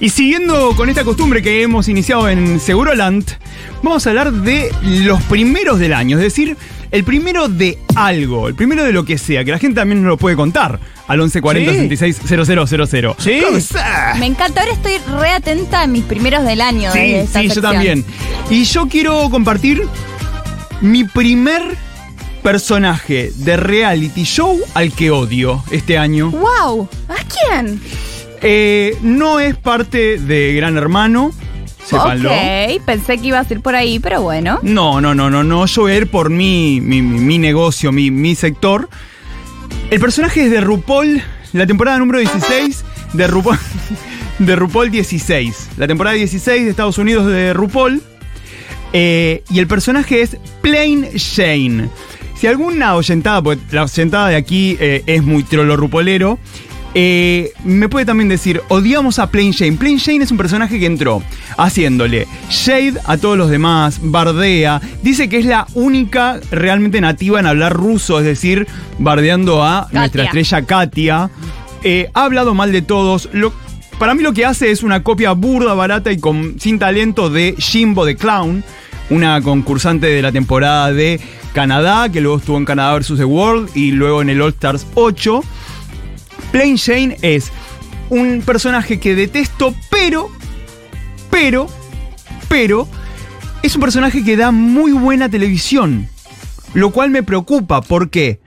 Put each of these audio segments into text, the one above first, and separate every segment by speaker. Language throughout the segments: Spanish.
Speaker 1: y siguiendo con esta costumbre que hemos iniciado en Seguroland, vamos a hablar de los primeros del año, es decir, el primero de algo, el primero de lo que sea, que la gente también nos lo puede contar al 1140 66 000.
Speaker 2: Sí.
Speaker 1: ¿Cómo está?
Speaker 3: Me encanta, ahora estoy re atenta a mis primeros del año.
Speaker 1: Sí,
Speaker 3: de esta
Speaker 1: sí, yo
Speaker 3: sección.
Speaker 1: también. Y yo quiero compartir mi primer personaje de reality show al que odio este año.
Speaker 3: ¡Wow! ¿A quién?
Speaker 1: Eh, no es parte de Gran Hermano, sépanlo.
Speaker 3: Ok, pensé que ibas a ir por ahí, pero bueno.
Speaker 1: No, no, no, no, no. Yo voy a ir por mi, mi, mi- mi negocio, mi, mi sector. El personaje es de RuPaul, la temporada número 16 de RuPaul, de RuPaul 16. La temporada 16 de Estados Unidos de RuPaul. Eh, y el personaje es Plain Shane. Si alguna oyentada, porque la oyentada de aquí eh, es muy trolo rupolero, eh, me puede también decir, odiamos a Plain Shane. Plain Shane es un personaje que entró haciéndole shade a todos los demás, bardea, dice que es la única realmente nativa en hablar ruso, es decir, bardeando a nuestra
Speaker 3: Katia.
Speaker 1: estrella Katia. Eh, ha hablado mal de todos. Lo- para mí lo que hace es una copia burda, barata y con, sin talento de Jimbo de Clown, una concursante de la temporada de Canadá, que luego estuvo en Canadá vs. The World y luego en el All Stars 8. Plain Jane es un personaje que detesto, pero, pero, pero, es un personaje que da muy buena televisión. Lo cual me preocupa, ¿por qué?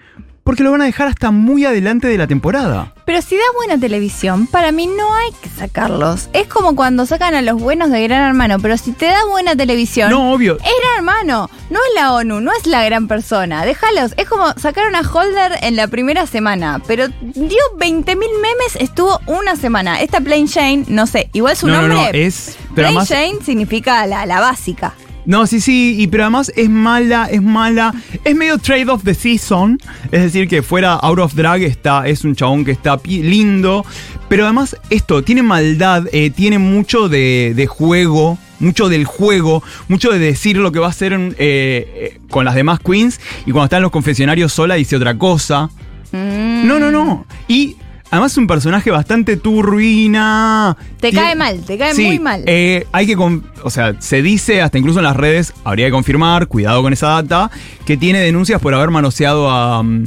Speaker 1: Porque lo van a dejar hasta muy adelante de la temporada.
Speaker 3: Pero si da buena televisión, para mí no hay que sacarlos. Es como cuando sacan a los buenos de Gran Hermano, pero si te da buena televisión.
Speaker 1: No, obvio.
Speaker 3: Es Gran Hermano, no es la ONU, no es la gran persona. Déjalos. Es como sacaron a Holder en la primera semana, pero dio 20.000 memes, estuvo una semana. Esta Plain Jane, no sé, igual su
Speaker 1: no,
Speaker 3: nombre.
Speaker 1: no, no, es. Pero
Speaker 3: Plain
Speaker 1: además.
Speaker 3: Jane significa la, la básica.
Speaker 1: No, sí, sí, y pero además es mala, es mala. Es medio trade of the season. Es decir, que fuera out of drag está, es un chabón que está pi- lindo. Pero además, esto, tiene maldad, eh, tiene mucho de, de juego. Mucho del juego, mucho de decir lo que va a hacer eh, eh, con las demás queens. Y cuando está en los confesionarios sola dice otra cosa.
Speaker 3: Mm,
Speaker 1: No, no, no. Y además es un personaje bastante turruina.
Speaker 3: Te
Speaker 1: Tiene-
Speaker 3: cae mal, te cae
Speaker 1: Sí,
Speaker 3: muy mal.
Speaker 1: eh, hay que. con- O sea, se dice, hasta incluso en las redes, habría que confirmar, cuidado con esa data, que tiene denuncias por haber manoseado a. mm,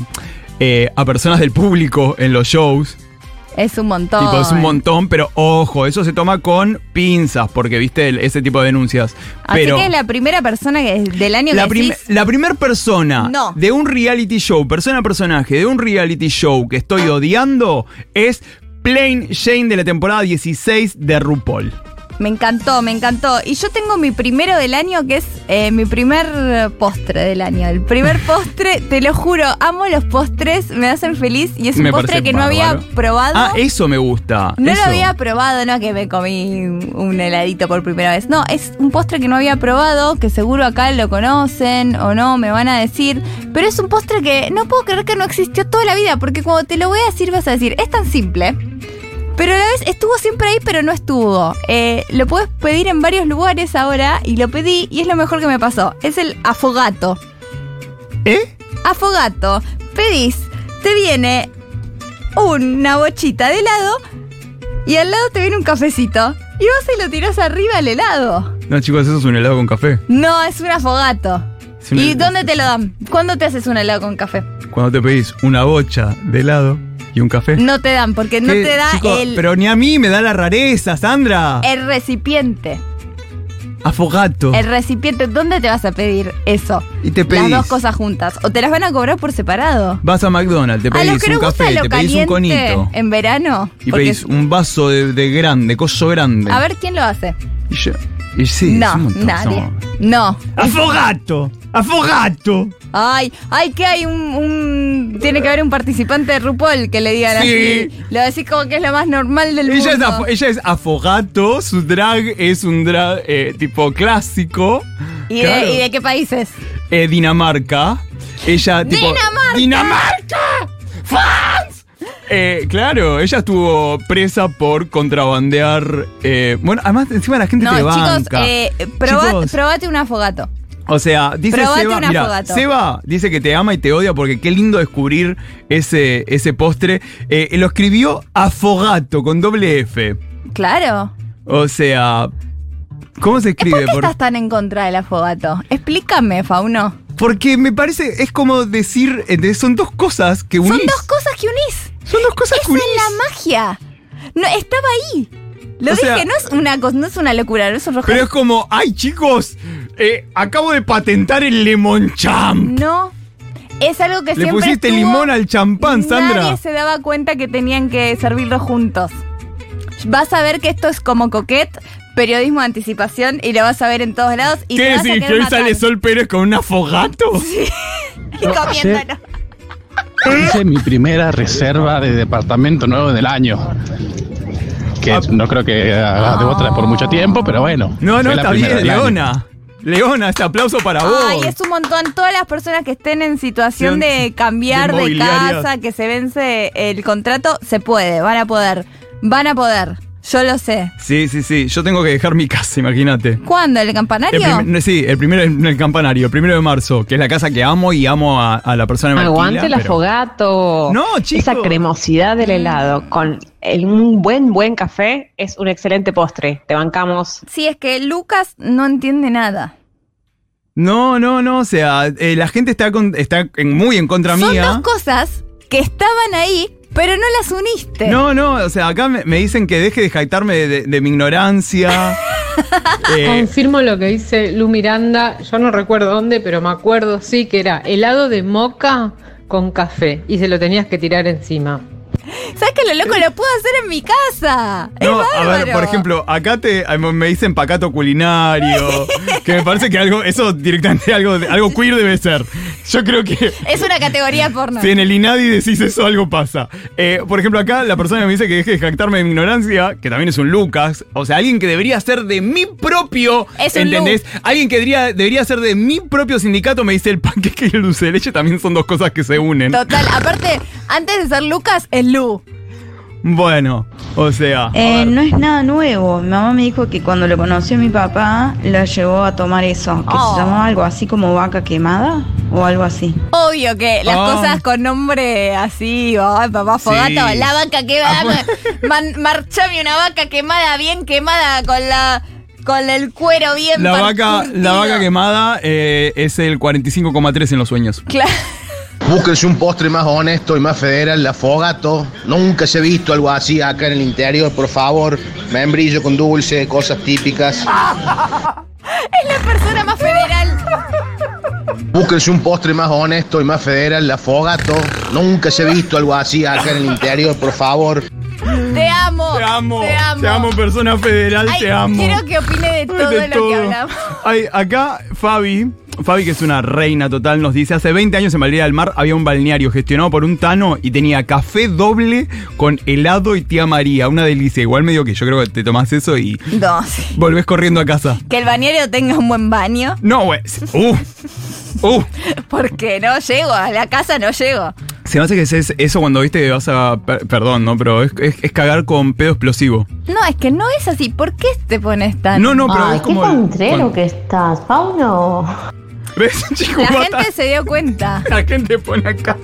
Speaker 1: eh, a personas del público en los shows.
Speaker 3: es un montón.
Speaker 1: Tipo, es un montón, pero ojo, eso se toma con pinzas, porque viste el- ese tipo de denuncias.
Speaker 3: Así
Speaker 1: pero
Speaker 3: que es la primera persona que del año
Speaker 1: la,
Speaker 3: que
Speaker 1: prim-
Speaker 3: decís,
Speaker 1: la primer persona
Speaker 3: No.
Speaker 1: de un reality show, persona a personaje de un reality show que estoy
Speaker 3: Ah.
Speaker 1: odiando es Plain Jane de la temporada 16 de RuPaul.
Speaker 3: Me encantó, me encantó. Y yo tengo mi primero del año, que es eh, mi primer eh, postre del año. El primer postre, te lo juro, amo los postres, me hacen feliz y es un
Speaker 1: Me
Speaker 3: postre
Speaker 1: parece
Speaker 3: que no había
Speaker 1: bárbaro.
Speaker 3: probado.
Speaker 1: Ah, eso me gusta.
Speaker 3: no
Speaker 1: eso.
Speaker 3: lo había probado, no que me comí un heladito por primera vez. No, es un postre que no había probado, que seguro acá lo conocen o no, me van a decir. Pero es un postre que no puedo creer que no existió toda la vida, porque cuando te lo voy a decir vas a decir, es tan simple. Pero a la vez estuvo siempre ahí, pero no estuvo. Eh, lo puedes pedir en varios lugares ahora y lo pedí y es lo mejor que me pasó. Es el afogato.
Speaker 1: ¿Eh?
Speaker 3: Afogato, pedís, te viene una bochita de helado y al lado te viene un cafecito. Y vos se lo tirás arriba al helado.
Speaker 1: No, chicos, eso es un helado con café.
Speaker 3: No, es un afogato.
Speaker 1: Es un
Speaker 3: ¿Y
Speaker 1: helado.
Speaker 3: dónde te lo dan? ¿Cuándo te haces un helado con café?
Speaker 1: Cuando te pedís una bocha de helado y un café.
Speaker 3: No te dan, porque no
Speaker 1: ¿Qué,
Speaker 3: te da
Speaker 1: chico?
Speaker 3: el,
Speaker 1: Pero ni a mí me da la rareza, Sandra.
Speaker 3: el recipiente.
Speaker 1: Afogato.
Speaker 3: El recipiente, ¿dónde te vas a pedir eso?
Speaker 1: y te
Speaker 3: Las
Speaker 1: pedís.
Speaker 3: dos cosas juntas. O te las van a cobrar por separado.
Speaker 1: Vas a McDonald's, te
Speaker 3: a
Speaker 1: pedís
Speaker 3: los que
Speaker 1: un
Speaker 3: nos gusta
Speaker 1: café,
Speaker 3: lo
Speaker 1: te pedís
Speaker 3: caliente
Speaker 1: un conito.
Speaker 3: en verano.
Speaker 1: Y
Speaker 3: porque-
Speaker 1: pedís un vaso de, de grande, coso grande.
Speaker 3: a ver quién lo hace.
Speaker 1: Y, yo- y sí, es
Speaker 3: no,
Speaker 1: un montón,
Speaker 3: nadie.
Speaker 1: somos-
Speaker 3: No.
Speaker 1: ¡Afogato! ¡Afogato!
Speaker 3: Ay, ay, que hay un, un- Tiene que haber un participante de RuPaul que le digan
Speaker 1: Sí.
Speaker 3: así. Lo decís como que es lo más normal del
Speaker 1: Ella es,
Speaker 3: mundo.
Speaker 1: afo- ella es afogato, su drag es un drag eh, tipo clásico.
Speaker 3: ¿Y,
Speaker 1: Claro.
Speaker 3: de, ¿Y de qué países?
Speaker 1: Eh, Dinamarca. Ella tipo.
Speaker 3: ¡Dinamarca!
Speaker 1: ¡Dinamarca! ¡Fans! Eh, claro, ella estuvo presa por contrabandear. eh, bueno, además, encima la gente
Speaker 3: No,
Speaker 1: te
Speaker 3: chicos,
Speaker 1: banca.
Speaker 3: eh, probá-
Speaker 1: Chicos,
Speaker 3: probate un afogato.
Speaker 1: o sea, dice
Speaker 3: probate
Speaker 1: Seba,
Speaker 3: un
Speaker 1: mirá,
Speaker 3: afogato.
Speaker 1: Seba dice que te ama y te odia porque qué lindo descubrir ese, ese postre. Eh, lo escribió afogato con doble F.
Speaker 3: Claro.
Speaker 1: O sea, ¿cómo se escribe?
Speaker 3: ¿Por qué
Speaker 1: Eh, Por-
Speaker 3: estás tan en contra del afogato? Explícame, Fauno.
Speaker 1: porque me parece, es como decir, eh, de- son dos cosas que unís.
Speaker 3: Son dos cosas que unís.
Speaker 1: Son dos cosas
Speaker 3: Esa
Speaker 1: que unís.
Speaker 3: es la magia. No, estaba ahí. Lo
Speaker 1: O
Speaker 3: dije,
Speaker 1: sea-
Speaker 3: no es una cosa, no es una locura, no es un rojo.
Speaker 1: Pero es como, ay chicos, eh, acabo de patentar el lemon champ.
Speaker 3: No. Es algo que
Speaker 1: Le
Speaker 3: siempre.
Speaker 1: pusiste
Speaker 3: estuvo-
Speaker 1: limón al champán, Sandra.
Speaker 3: Nadie se daba cuenta que tenían que servirlo juntos. Vas a ver que esto es como coquet, periodismo de anticipación, y lo vas a ver en todos lados. Y te
Speaker 1: ¿Qué
Speaker 3: vas a
Speaker 1: decir que
Speaker 3: querer
Speaker 1: hoy
Speaker 3: matar.
Speaker 1: sale Sol Pérez con un afogato?
Speaker 3: Y comiéndolo.
Speaker 4: Hice mi primera reserva de departamento nuevo del año. Que
Speaker 1: Ah.
Speaker 4: no creo que haga de otra por mucho tiempo, pero bueno.
Speaker 1: No, no,
Speaker 4: fue la
Speaker 1: está
Speaker 4: primera
Speaker 1: bien,
Speaker 4: del año.
Speaker 1: Leona. Leona, este aplauso para vos.
Speaker 3: Ay, es un montón. Todas las personas que estén en situación de cambiar
Speaker 1: De
Speaker 3: de,
Speaker 1: inmobiliarias.
Speaker 3: casa, que se vence el contrato, se puede, van a poder. Van a poder. Yo lo sé.
Speaker 1: Sí, sí, sí. Yo tengo que dejar mi casa, imagínate.
Speaker 3: ¿Cuándo? ¿El
Speaker 1: El
Speaker 3: campanario?
Speaker 1: primer- sí, el primero en el campanario, el primero de marzo, que es la casa que amo y amo a, a la persona que me
Speaker 2: Aguante el
Speaker 1: alquila, pero-
Speaker 2: afogato.
Speaker 1: No, chicos. Mm.
Speaker 2: Esa cremosidad del helado con el- un buen, buen café es un excelente postre. Te bancamos.
Speaker 3: Sí, es que Lucas no entiende nada.
Speaker 1: No, no, no. O sea, eh, la gente está, con- está en- muy en contra
Speaker 3: Son
Speaker 1: mía.
Speaker 3: dos cosas que estaban ahí, pero no las uniste.
Speaker 1: No, no, o sea, acá me, me dicen que deje de jactarme de, de- de mi ignorancia. Eh,
Speaker 5: Confirmo lo que dice Lu Miranda, yo no recuerdo dónde, pero me acuerdo sí que era helado de moca con café y se lo tenías que tirar encima.
Speaker 3: ¿Sabes que lo loco lo puedo hacer en mi casa? Es
Speaker 1: no, a ver,
Speaker 3: bárbaro.
Speaker 1: por ejemplo, acá te me dicen pacato culinario, que me parece que algo, eso directamente algo, de- algo queer debe ser. Yo creo que
Speaker 3: Es una categoría porno.
Speaker 1: Si en el INADI decís eso, algo pasa. Eh, por ejemplo, acá la persona que me dice que deje de jactarme de mi ignorancia, que también es un Lucas, o sea, alguien que debería ser de mi propio,
Speaker 3: Es un
Speaker 1: ¿entendés? Alguien que debería, debería ser de mi propio sindicato, me dice el panqueque y el dulce de leche también son dos cosas que se unen.
Speaker 3: Total, aparte, antes de ser Lucas, es Lu.
Speaker 1: Bueno, o sea,
Speaker 6: Eh, no es nada nuevo. Mi mamá me dijo que cuando lo conoció mi papá, lo llevó a tomar eso, que
Speaker 3: Oh.
Speaker 6: se llamaba algo así como vaca quemada o algo así.
Speaker 3: Obvio que las
Speaker 1: Ah.
Speaker 3: cosas con nombre así, ay, papá fogato,
Speaker 1: Sí.
Speaker 3: la vaca que
Speaker 1: Ah, bueno.
Speaker 3: man- marchame una vaca quemada, bien quemada, con la con el cuero bien
Speaker 1: la vaca, la
Speaker 3: curtido.
Speaker 1: vaca quemada eh, es el 45,3 en los sueños.
Speaker 3: Claro.
Speaker 7: Búsquense un postre más honesto y más federal, la fogato. Nunca se ha visto algo así acá en el interior, por favor. Membrillo con dulce, cosas típicas.
Speaker 3: Es la persona más federal.
Speaker 7: Búsquense un postre más honesto y más federal, la fogato. Nunca se ha visto algo así acá en el interior, por favor.
Speaker 3: Te amo.
Speaker 1: Te amo,
Speaker 3: Te amo.
Speaker 1: persona federal,
Speaker 3: Ay,
Speaker 1: te amo.
Speaker 3: Quiero que opine de todo
Speaker 1: De
Speaker 3: lo
Speaker 1: todo.
Speaker 3: que hablamos.
Speaker 1: Ay, acá Fabi, Fabi que es una reina total, nos dice, hace 20 años en Valeria del Mar había un balneario gestionado por un tano y tenía café doble con helado y tía María, una delicia, igual medio que yo creo que te tomás eso y
Speaker 3: No, sí.
Speaker 1: volvés corriendo a casa.
Speaker 3: Que el bañero tenga un buen baño,
Speaker 1: No, güey. Uh, uh.
Speaker 3: porque no llego, a la casa no llego.
Speaker 1: Se me hace que es eso cuando viste vas a... per- Perdón, ¿no? Pero es, es- es cagar con pedo explosivo.
Speaker 3: No, es que no es así. ¿Por qué te pones tan.?
Speaker 1: No, no, pero
Speaker 8: Ay,
Speaker 1: es como...
Speaker 8: qué contrero
Speaker 1: cuando-
Speaker 8: que estás, Pauno.
Speaker 1: ¿Ves, chicos?
Speaker 3: La
Speaker 1: basta.
Speaker 3: gente se dio cuenta.
Speaker 1: La gente pone acá.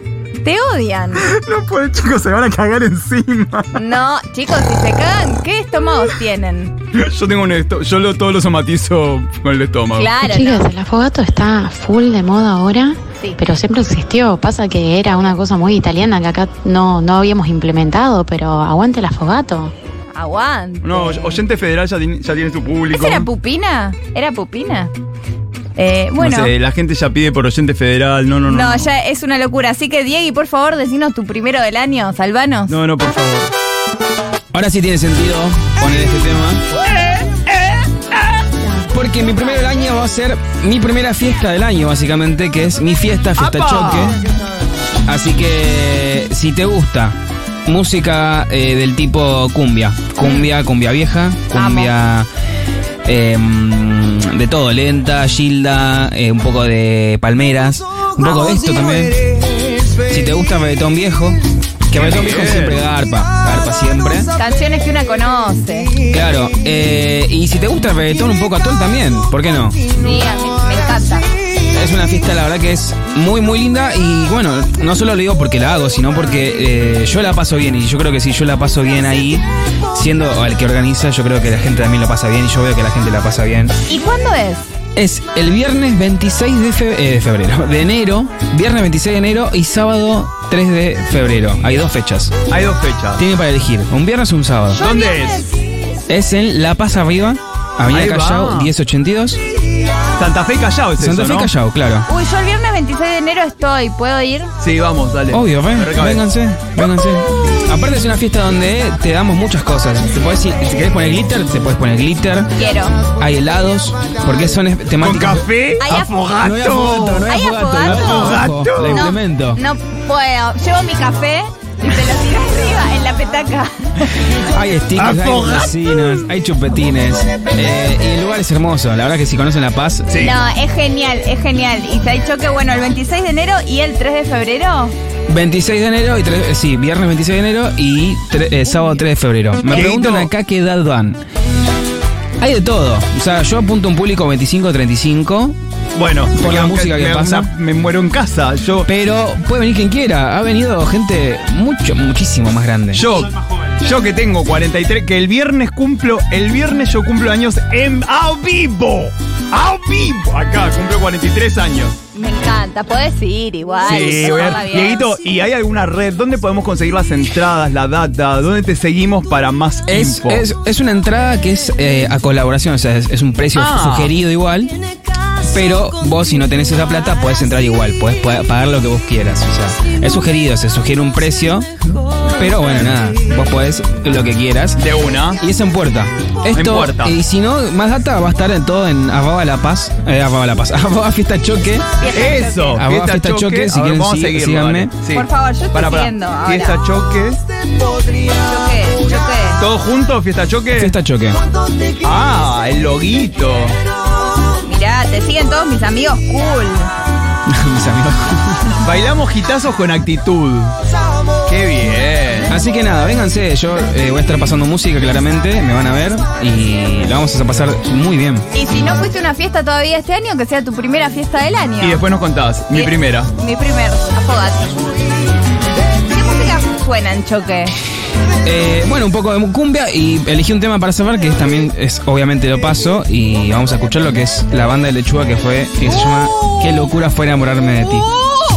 Speaker 3: Te odian.
Speaker 1: No puede, chicos, se van a cagar encima.
Speaker 3: No, chicos, si se cagan, ¿qué estómagos tienen?
Speaker 1: Yo tengo un esto- yo lo, todo lo somatizo con el estómago.
Speaker 3: Claro.
Speaker 9: Chicos,
Speaker 3: ¿no?
Speaker 9: el afogato está full de moda ahora,
Speaker 3: Sí.
Speaker 9: pero siempre existió. Pasa que era una cosa muy italiana que acá no, no habíamos implementado, pero aguante el afogato.
Speaker 3: Aguante.
Speaker 1: No, oyente federal ya, tiene- ya tiene su público.
Speaker 3: ¿Esa era Pupina? ¿Era Pupina? Eh, bueno.
Speaker 1: No sé, la gente ya pide por oyente federal. No, no, no.
Speaker 3: No, ya es una locura. Así que, Diego, por favor, decinos tu primero del año. Salvanos.
Speaker 1: No, no, por favor.
Speaker 10: Ahora sí tiene sentido poner este tema. Porque mi primer año va a ser mi primera fiesta del año, básicamente, que es mi fiesta, fiesta
Speaker 1: ¡Apa!
Speaker 10: choque. Así que si te gusta música eh, del tipo cumbia, cumbia, cumbia vieja, cumbia eh, mm, de todo, lenta, gilda, eh, un poco de palmeras, Un poco de esto también. Si te gusta reggaetón viejo, que reggaetón viejo siempre garpa, garpa siempre.
Speaker 3: Canciones que una conoce.
Speaker 10: Claro, eh, y si te gusta el reggaetón un poco atol también, ¿por qué no?
Speaker 3: Sí, a mí me encanta.
Speaker 10: Es una fiesta, la verdad que es muy, muy linda y bueno, no solo lo digo porque la hago, sino porque eh, yo la paso bien y yo creo que si yo la paso bien ahí, siendo el que organiza, yo creo que la gente también lo pasa bien y yo veo que la gente la pasa bien.
Speaker 3: ¿Y cuándo es?
Speaker 10: Es el viernes 26 de, fe- eh, de febrero, de enero, viernes 26 de enero y sábado 3 de febrero. Hay dos fechas.
Speaker 1: Hay dos fechas.
Speaker 10: Tiene para elegir, un viernes o un sábado.
Speaker 1: ¿Dónde es?
Speaker 10: Es en La Paz Arriba,
Speaker 1: Ahí
Speaker 10: Avenida
Speaker 1: va.
Speaker 10: Callao, 1082.
Speaker 1: Santa Fe y Callao es
Speaker 10: Santa
Speaker 1: eso,
Speaker 10: Fe y
Speaker 1: ¿no?
Speaker 10: Callao, claro.
Speaker 3: Uy, yo el viernes 26 de enero estoy. ¿Puedo ir?
Speaker 1: Sí, vamos, dale.
Speaker 10: Obvio, ven,
Speaker 1: Me recabé.
Speaker 10: vénganse, vénganse. Aparte es una fiesta donde te damos muchas cosas. Te podés ir- si querés poner glitter, te puedes poner glitter.
Speaker 3: Quiero.
Speaker 10: Hay helados, porque son es-
Speaker 1: Con
Speaker 10: temáticas.
Speaker 1: café,
Speaker 3: Hay
Speaker 1: afogato.
Speaker 10: No hay afogato, no hay
Speaker 3: ¿Hay
Speaker 10: afogato. no hay
Speaker 3: afogato?
Speaker 10: afogato. La implemento.
Speaker 3: No puedo. Llevo mi café y te lo tiro arriba en la petaca.
Speaker 10: Hay stickers, hay
Speaker 1: Afogato.
Speaker 10: vecinos, hay chupetines. Eh, y el lugar es hermoso. La verdad que si conocen La Paz,
Speaker 1: Sí.
Speaker 3: No, es genial, es genial. Y te ha dicho que bueno, el 26 de enero y el 3 de febrero.
Speaker 10: 26 de enero y tre- eh, sí, viernes 26 de enero y tre- eh, sábado 3 de febrero. Me
Speaker 1: Dieguito.
Speaker 10: preguntan acá qué edad van. Hay de todo. O sea, yo apunto un público 25-35,
Speaker 1: Bueno,
Speaker 10: Por la
Speaker 1: me-
Speaker 10: música que
Speaker 1: me-
Speaker 10: pasa.
Speaker 1: Me muero en casa. Yo,
Speaker 10: pero puede venir quien quiera. Ha venido gente mucho, muchísimo más grande.
Speaker 1: yo, yo que tengo 43, que el viernes cumplo, el viernes yo cumplo años en a vivo. A vivo. Acá cumplo 43 años.
Speaker 3: Me encanta, podés ir igual.
Speaker 1: Sí, voy a
Speaker 3: pasarla
Speaker 1: ver.
Speaker 3: bien.
Speaker 1: Dieguito, ¿y hay alguna red? ¿Dónde podemos conseguir las entradas, la data? ¿Dónde te seguimos para más
Speaker 10: Es,
Speaker 1: info?
Speaker 10: es- es una entrada que es eh, a colaboración, o sea, es, es un precio
Speaker 1: Ah.
Speaker 10: sugerido igual. Pero vos, si no tenés esa plata, podés entrar igual, podés pa- pagar lo que vos quieras. O sea, es sugerido, se sugiere un precio. Pero bueno, nada, vos podés lo que quieras.
Speaker 1: De una.
Speaker 10: Y es en puerta. Esto,
Speaker 1: En Puerta.
Speaker 10: Y si no, más data va a estar en todo en arroba la paz. Eh, arroba la paz. Arroba fiesta choque.
Speaker 1: Eso.
Speaker 10: Arroba Fiesta Choque, si
Speaker 1: A ver,
Speaker 10: quieren
Speaker 1: vamos a
Speaker 10: sí-
Speaker 1: seguirlo,
Speaker 10: síganme.
Speaker 1: dale. Sí.
Speaker 3: Por favor, yo estoy
Speaker 1: Pará, pará.
Speaker 3: siguiendo ahora.
Speaker 1: Fiesta Choque.
Speaker 3: Choqué, choqué.
Speaker 1: ¿Todo junto? ¿Fiesta Choque?
Speaker 10: Fiesta choque.
Speaker 1: Ah, el loguito.
Speaker 3: Mirá, te siguen todos mis amigos cool.
Speaker 10: Mis amigos.
Speaker 1: Bailamos gitazos con actitud. Qué bien.
Speaker 10: Así que nada, vénganse. Yo eh, voy a estar pasando música claramente. Me van a ver. Y la vamos a pasar muy bien.
Speaker 3: Y si no fuiste a una fiesta todavía este año, que sea tu primera fiesta del año.
Speaker 1: Y después nos contás. Mi
Speaker 3: Sí.
Speaker 1: primera.
Speaker 3: Mi primer, afogate. ¿Qué música suena en choque?
Speaker 10: Eh, bueno, un poco de cumbia. Y elegí un tema para cerrar que es, también es obviamente lo paso.
Speaker 3: Oh.
Speaker 10: Y vamos a escuchar lo que es la banda de lechuga que fue. que se llama Qué locura fue enamorarme de ti.
Speaker 3: ¡Uh!